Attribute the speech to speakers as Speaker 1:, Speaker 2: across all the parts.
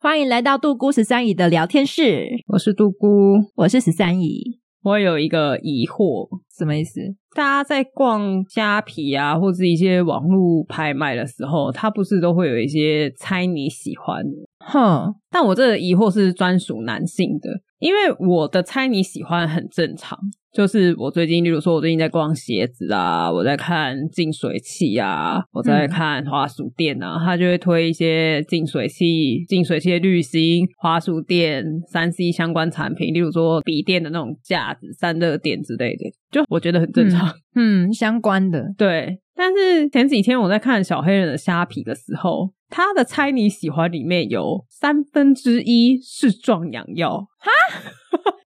Speaker 1: 欢迎来到杜姑十三姨的聊天室，
Speaker 2: 我是杜姑，
Speaker 1: 我是十三姨。
Speaker 2: 我有一个疑惑，
Speaker 1: 什么意思？
Speaker 2: 大家在逛虾皮啊，或是一些网络拍卖的时候，它不是都会有一些猜你喜欢的？
Speaker 1: 哼，
Speaker 2: 但我这个疑惑是专属男性的，因为我的猜你喜欢很正常，就是我最近，例如说我最近在逛鞋子啊，我在看净水器啊，我在看滑鼠垫啊，他就会推一些净水器、净水器的滤芯、滑鼠垫、三 C 相关产品，例如说笔电的那种架子、散热垫之类的，就我觉得很正常。
Speaker 1: 嗯，相关的，
Speaker 2: 对，但是前几天我在看小黑人的虾皮的时候，他的猜你喜欢里面有三分之一是壮阳药。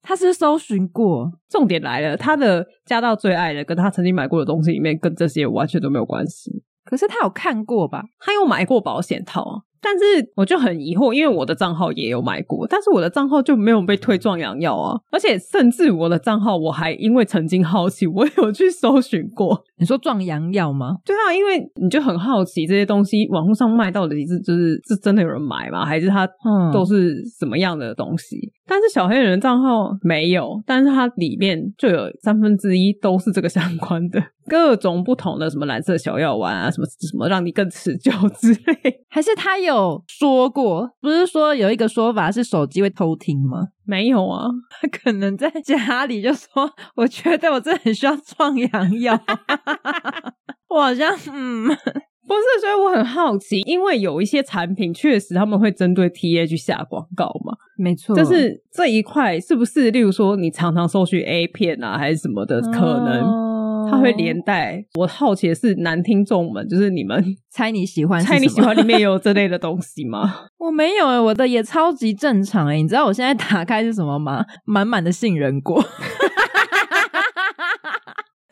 Speaker 1: 他是不是搜寻过，
Speaker 2: 重点来了，他的加到最爱的跟他曾经买过的东西里面，跟这些完全都没有关系。
Speaker 1: 可是他有看过吧？
Speaker 2: 他有买过保险套啊，但是我就很疑惑，因为我的账号也有买过，但是我的账号就没有被推壮阳药啊，而且甚至我的账号我还因为曾经好奇，我有去搜寻过，
Speaker 1: 你说壮阳药吗？
Speaker 2: 对啊，因为你就很好奇这些东西网络上卖到底是就是是真的有人买吗？还是它
Speaker 1: 嗯
Speaker 2: 都是什么样的东西？但是小黑人的账号没有，但是它里面就有三分之一都是这个相关的， 各种不同的什么蓝色小药丸啊，什么什么让你更持久之类。
Speaker 1: 还是他有说过？不是说有一个说法是手机会偷听吗？
Speaker 2: 没有啊，
Speaker 1: 他可能在家里就说：“我觉得我真的很需要壮阳药。” 我好像嗯，
Speaker 2: 不是，所以我很好奇，因为有一些产品确实他们会针对 TA 去下广告嘛，
Speaker 1: 没错
Speaker 2: 就是这一块是不是，例如说你常常搜寻 A 片啊，还是什么的，
Speaker 1: 哦
Speaker 2: 可能
Speaker 1: 能
Speaker 2: 它会连带。我好奇的是，男听众们，就是你们
Speaker 1: 猜你喜欢，
Speaker 2: 猜你喜。欢里面有这类的东西吗？
Speaker 1: 我没有哎、我的也超级正常哎、你知道我现在打开是什么吗？满满的杏仁果。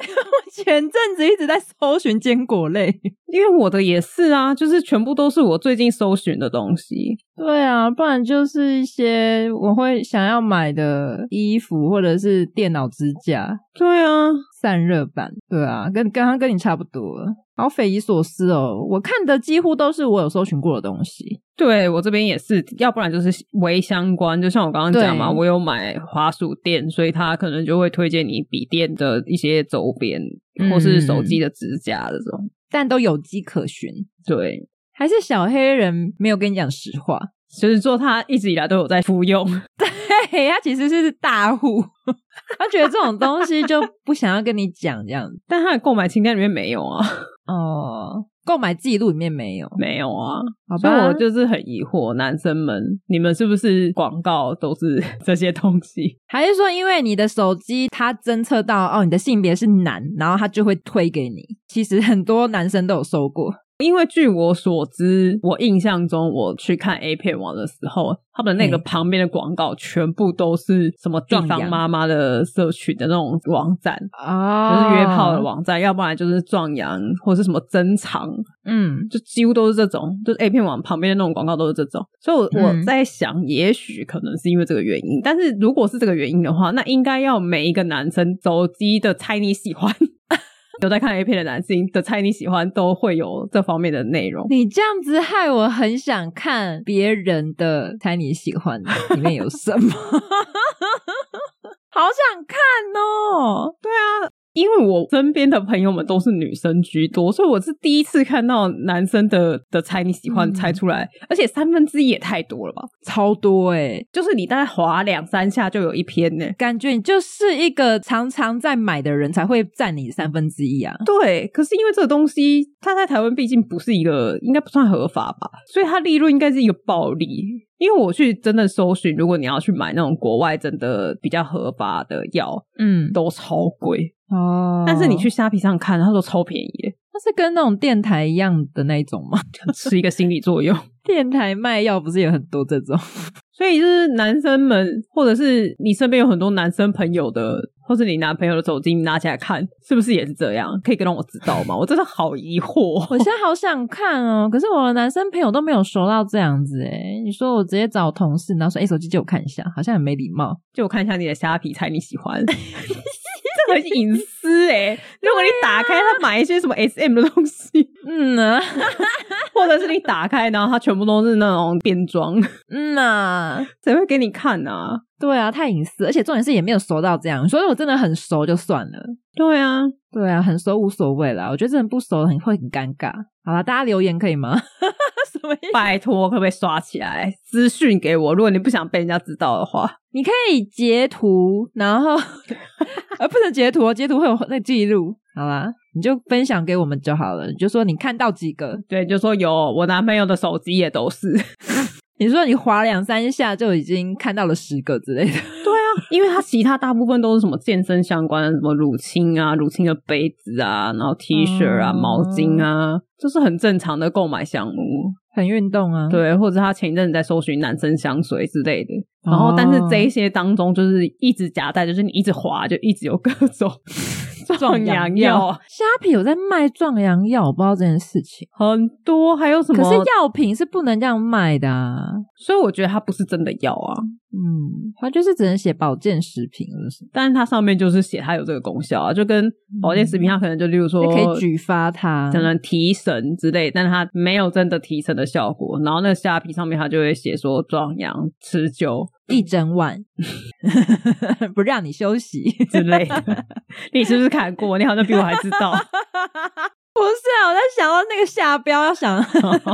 Speaker 1: 我前阵子一直在搜寻坚果类。
Speaker 2: 因为我的也是啊，就是全部都是我最近搜寻的东西。
Speaker 1: 对啊，不然就是一些我会想要买的衣服，或者是电脑支架、
Speaker 2: 对啊，
Speaker 1: 散热板。对啊，跟刚刚跟你差不多了，好匪夷所思哦！我看的几乎都是我有搜寻过的东西。
Speaker 2: 对我这边也是，要不然就是微相关，就像我刚刚讲嘛，
Speaker 1: 对
Speaker 2: 我有买滑鼠垫，所以它可能就会推荐你笔电的一些周边，或是手
Speaker 1: 嗯
Speaker 2: 机的支架这种。
Speaker 1: 但都有迹可循。
Speaker 2: 对，
Speaker 1: 还是小黑人没有跟你讲实话，
Speaker 2: 就是说他一直以来都有在服用，
Speaker 1: 嘿，他其实是大户，他觉得这种东西就不想要跟你讲这样子。
Speaker 2: 但他的购买清单里面没有啊，
Speaker 1: 哦，购买记录里面没有，
Speaker 2: 没有啊，
Speaker 1: 好
Speaker 2: 所以
Speaker 1: 吧？
Speaker 2: 我就是很疑惑，男生们，你们是不是广告都是这些东西？
Speaker 1: 还是说，因为你的手机它侦测到哦，你的性别是男，然后它就会推给你。其实很多男生都有收过，
Speaker 2: 因为据我所知，我印象中我去看 A 片网的时候，他们那个
Speaker 1: 嗯
Speaker 2: 旁边的广告全部都是什么地
Speaker 1: 壮
Speaker 2: 方
Speaker 1: 阳
Speaker 2: 妈妈的社群的那种网站，就
Speaker 1: 哦
Speaker 2: 是约炮的，网站，要不然就是壮阳或是什么珍藏，
Speaker 1: 嗯，
Speaker 2: 就几乎都是这种，就是 A 片网旁边的那种广告都是这种，所以我
Speaker 1: 嗯
Speaker 2: 我在想，也许可能是因为这个原因，但是如果是这个原因的话，那应该要每一个男生手机的猜你喜欢， 有在看 A 片的男性的猜你喜欢都会有这方面的内容。
Speaker 1: 你这样子害我很想看别人的猜你喜欢的里面有什么， 好想看哦！
Speaker 2: 因为我身边的朋友们都是女生居多，所以我是第一次看到男生的的猜你喜欢
Speaker 1: 嗯
Speaker 2: 猜出来，而且三分之一也太多了吧？
Speaker 1: 超多哎、
Speaker 2: 就是你大概滑两三下就有一篇呢、
Speaker 1: 感觉你就是一个常常在买的人才会占你三分之一啊。
Speaker 2: 对，可是因为这个东西，它在台湾毕竟不是一个，应该不算合法吧，所以它利润应该是一个暴利。因为我去真的搜寻，如果你要去买那种国外真的比较合法的药，
Speaker 1: 嗯，
Speaker 2: 都超贵。
Speaker 1: 哦，
Speaker 2: 但是你去虾皮上看，他说超便宜耶，
Speaker 1: 它是跟那种电台一样的那一种吗？
Speaker 2: 是一个心理作用。
Speaker 1: 电台卖药不是有很多这种？
Speaker 2: 所以就是男生们，或者是你身边有很多男生朋友的，或是你男朋友的手机，你拿起来看，是不是也是这样？可以让我知道吗？我真的好疑惑。
Speaker 1: 我现在好想看哦，可是我的男生朋友都没有熟到这样子诶你说我直接找同事，然后说：“哎、手机借我看一下。”好像很没礼貌。
Speaker 2: 就我看一下你的虾皮，猜你喜欢。这很隐私哎、如果你打开他买一些什么 SM 的东西，
Speaker 1: 嗯呐、
Speaker 2: 或者是你打开然后它全部都是那种变装，
Speaker 1: 嗯呐、
Speaker 2: 谁会给你看啊？
Speaker 1: 对啊，太隐私，而且重点是也没有熟到这样，所以我真的很熟就算了。
Speaker 2: 对啊，
Speaker 1: 对啊，很熟无所谓啦，我觉得真的不熟很会很尴尬。好啦，大家留言可以吗？什么意思？
Speaker 2: 拜托，可不可以刷起来私讯给我？如果你不想被人家知道的话，
Speaker 1: 你可以截图，然后呃不能截图哦，截图会有那记录。好啦，你就分享给我们就好了，你就说你看到几个，
Speaker 2: 对，就说有我男朋友的手机也都是。
Speaker 1: 你说你划两三下就已经看到了十个之类的。
Speaker 2: 因为它其他大部分都是什么健身相关的，什么乳清啊、乳清的杯子啊，然后 T 恤啊、
Speaker 1: 哦
Speaker 2: 毛巾啊，这是很正常的购买项目。
Speaker 1: 很运动啊，，
Speaker 2: 对，或者他前一阵子在搜寻男生香水之类的，然后但是
Speaker 1: 哦
Speaker 2: 这一些当中就是一直夹带，就是你一直滑，就一直有各 种壮阳药，
Speaker 1: 虾皮有在卖壮阳药，我不知道这件事情。
Speaker 2: 很多，还有什么？
Speaker 1: 可是药品是不能这样卖的啊，
Speaker 2: 所以我觉得它不是真的药啊，
Speaker 1: 嗯，它就是只能写保健食品，是不是？
Speaker 2: 但是它上面就是写它有这个功效啊，就跟保健食品，它可能就例如
Speaker 1: 嗯
Speaker 2: 说
Speaker 1: 就可以举发它
Speaker 2: 可能提神之类，但它没有真的提神的效果。然后那个虾皮上面它就会写说壮阳、持久
Speaker 1: 一整晚 不让你休息。
Speaker 2: 之类 的。你是不是看过？你好像比我还知道。
Speaker 1: 不是啊，我在想到那个下标要 想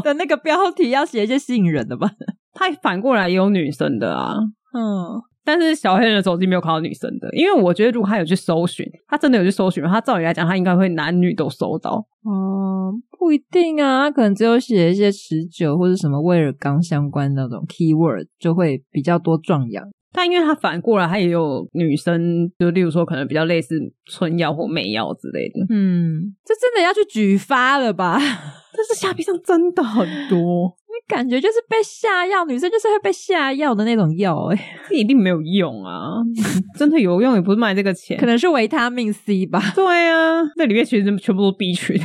Speaker 1: 的那个标题要写一些吸引人的吧？
Speaker 2: 它反过来也有女生的啊，
Speaker 1: 嗯，
Speaker 2: 但是小黑人的手机没有看到女生的，因为我觉得如果他有去搜寻，他真的有去搜寻，他照理来讲，他应该会男女都搜到。
Speaker 1: 哦，不一定啊，它可能只有写一些持久或者什么威尔刚相关的那种 keyword 就会比较多壮阳。
Speaker 2: 但因为他反过来，他也有女生，就例如说可能比较类似春药或媚药之类的。
Speaker 1: 嗯，这真的要去举发了吧？
Speaker 2: 但是虾皮上真的很多，
Speaker 1: 感觉就是被下药，女生就是会被下药的那种药、欸，
Speaker 2: 这一定没有用啊！ 真的有用也不是卖这个钱
Speaker 1: 可。能是维他命 C 吧，
Speaker 2: 对啊，那里面其实全部都是 B 群，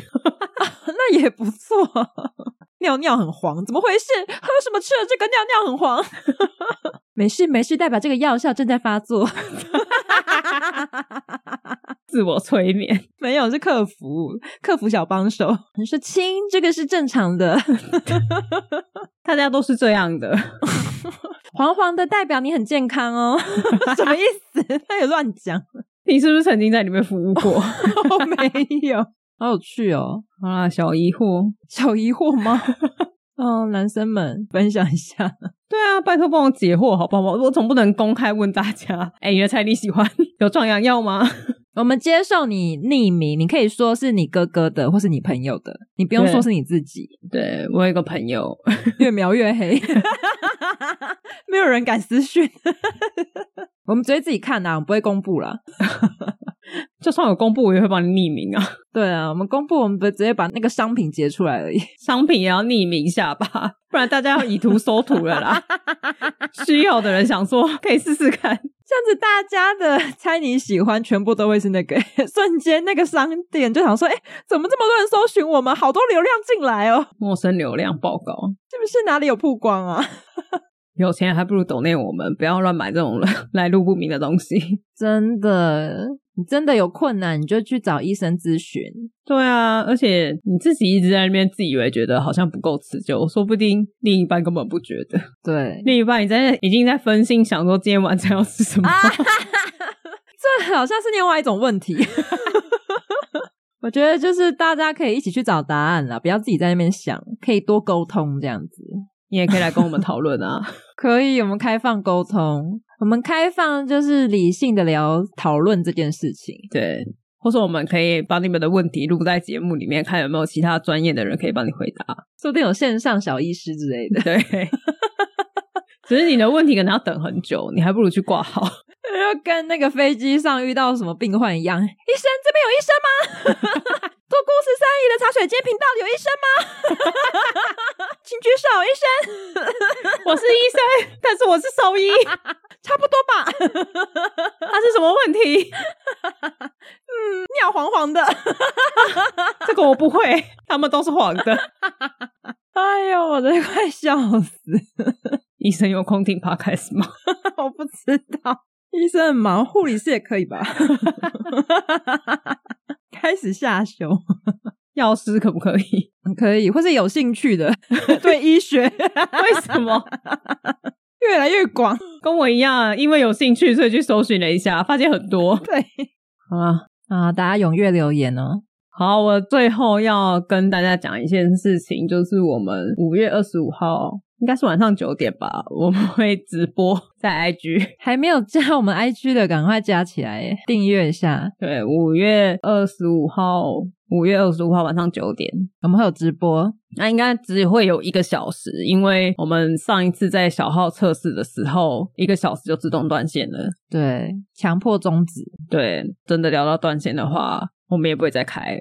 Speaker 1: 那也不错。 尿尿很黄，怎么回事？喝什么吃了这个尿尿很黄？ 没事没事，代表这个药效正在发作。
Speaker 2: 自我催眠。
Speaker 1: 没有，是客服，客服小帮手。你说亲，这个是正常的，
Speaker 2: 大家都是这样 的，
Speaker 1: 黄黄的代表你很健康哦。什么意思？他也乱讲。
Speaker 2: 你是不是曾经在里面服务过？
Speaker 1: 我没有，好有趣哦，
Speaker 2: 好啦，小疑惑。
Speaker 1: 小疑惑吗？ 哦，男生们分享一下，
Speaker 2: 对啊，拜托帮我解惑好不好？我总不能公开问大家，哎、你的菜你喜欢有壮阳药吗？
Speaker 1: 我们接受你匿名，你可以说是你哥哥的，或是你朋友的，你不用
Speaker 2: 对
Speaker 1: 说是你自己。
Speaker 2: 对我有一个朋友，
Speaker 1: 越描越 黑，没有人敢私 讯。我们直接自己看啦、啊我们不会公布啦。
Speaker 2: 就算有公布，我也会帮你匿名啊。
Speaker 1: 对啊，我们公布，我们不直接把那个商品截出来而已。
Speaker 2: 商品也要匿名一下吧，不然大家要以图搜图了啦。 需要的人想说可以试试看，
Speaker 1: 这样子，大家的猜你喜欢全部都会是那个， 瞬间那个商店就想说，哎、怎么这么多人搜寻我们，好多流量进来哦，
Speaker 2: 陌生流量报告。
Speaker 1: 是不是哪里有曝光啊？
Speaker 2: 有钱还不如抖内我们，不要乱买这种 来路不明的东西。
Speaker 1: 真的，你真的有困难，你就去找医生咨询。
Speaker 2: 对啊，而且你自己一直在那边自以为觉得好像不够持久，说不定另一半根本不觉得。
Speaker 1: 对，
Speaker 2: 另一半已在已经在分心，想说今天晚餐要吃什么。
Speaker 1: 这 好像是另外一种问题。 我觉得就是大家可以一起去找答案啦，不要自己在那边想，可以多沟通这样子。
Speaker 2: 你也可以来跟我们讨论啊。
Speaker 1: 可以，我们开放沟通，我们开放就是理性的聊讨论这件事情。
Speaker 2: 对，或是我们可以把你们的问题录在节目里面，看有没有其 他专业的人可以帮你回答。
Speaker 1: 说不定有线上小医师之类的。
Speaker 2: 对，只是你的问题可能要等很久，你还不如去挂号。
Speaker 1: 就跟那个飞机上遇到什么病患一样，医生这边有医生吗？ 做故事三姨的茶水间频道有医生吗？ 请举手，医生，
Speaker 2: 我是医生，但是我是兽医，
Speaker 1: 差不多吧。
Speaker 2: 他是什么问题？
Speaker 1: 尿黄黄的，
Speaker 2: 这个我不会，他们都是黄的。
Speaker 1: 哎呦，我都快笑死！
Speaker 2: 医生有空听 podcast 吗？
Speaker 1: 我不知道，医生很忙，护理师也可以吧？ 开始下修，
Speaker 2: 药师可不可以？
Speaker 1: 可以，或是有兴趣的 对医学
Speaker 2: 为什么？
Speaker 1: 越来越广。
Speaker 2: 跟我一样，因为有兴趣，所以去搜寻了一下，发现很 多。
Speaker 1: 对
Speaker 2: 好啦，
Speaker 1: 啊，大家踊跃留言哦。
Speaker 2: 好，我最后要跟大家讲一件事情，就是我们五月二十五号，应该是晚上九点吧，我们会直播在 IG。
Speaker 1: 还没有加我们 IG 的，赶快加起来耶，订阅一下。
Speaker 2: 对，五月二十五号，五月二十五号晚上九点，
Speaker 1: 我们会有直播，
Speaker 2: 那应该只会有一个小时，因为我们上一次在小号测试的时候，一个小时就自动断线了。
Speaker 1: 对，强迫终止。
Speaker 2: 对，真的聊到断线的话，我们也不会再开，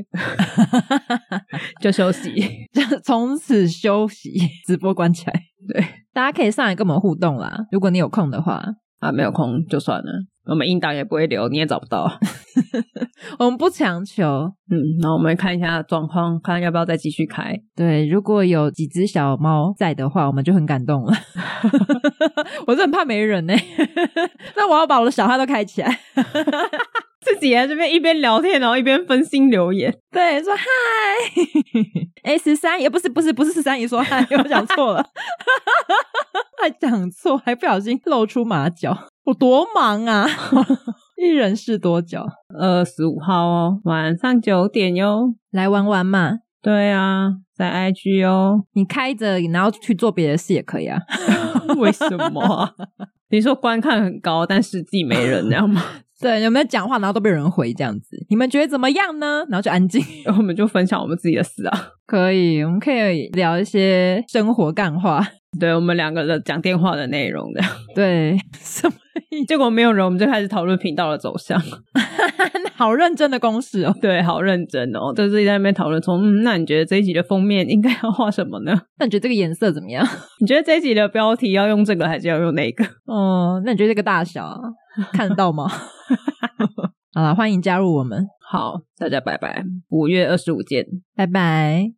Speaker 2: 就休息。
Speaker 1: 从此休息，直播关起来。
Speaker 2: 对，
Speaker 1: 大家可以上来跟我们互动啦，如果你有空的话。
Speaker 2: 啊，没有空就算了，我们音档也不会留，你也找不到。
Speaker 1: 我们不强求。
Speaker 2: 嗯，那我们看一下状况，看要不要再继续开。
Speaker 1: 对，如果有几只小猫在的话，我们就很感动了。 我是很怕没人呢、 那我要把我的小号都开起来。
Speaker 2: 自己在这边一边聊天，然后一边分心留言。
Speaker 1: 对，说嗨， 哎，十三也不是不是不是十三姨说嗨， 我讲错了，还讲错，还不小心露出马脚，我多忙啊！ 一人饰多角，
Speaker 2: 二十五号哦，晚上九点哟。
Speaker 1: 来玩玩嘛。
Speaker 2: 对啊，在 IG 哦。
Speaker 1: 你开着，然后去做别的事也可以啊。
Speaker 2: 为什么啊？ 你说观看很高，但实际没人，这样吗？
Speaker 1: 对，有没有讲话，然后都被有人回这样子？你们觉得怎么样呢？然后就安静。
Speaker 2: 我们就分享我们自己的事啊。
Speaker 1: 可以，我们可以聊一些生活干话。
Speaker 2: 对我们两个的讲电话的内容的，
Speaker 1: 对， 什么？
Speaker 2: 结果没有人，我们就开始讨论频道的走向。
Speaker 1: 好认真的公式哦。
Speaker 2: 对，好认真哦，就是在那边讨论说，嗯，那你觉得这一集的封面应该要画什么呢？
Speaker 1: 那你觉得这个颜色怎么样？
Speaker 2: 你觉得这一集的标题要用这个还是要用那个？
Speaker 1: 哦，那你觉得这个大小啊看得到吗？ 好了，欢迎加入我们，
Speaker 2: 好，大家拜拜，五月二十五见。
Speaker 1: 拜拜。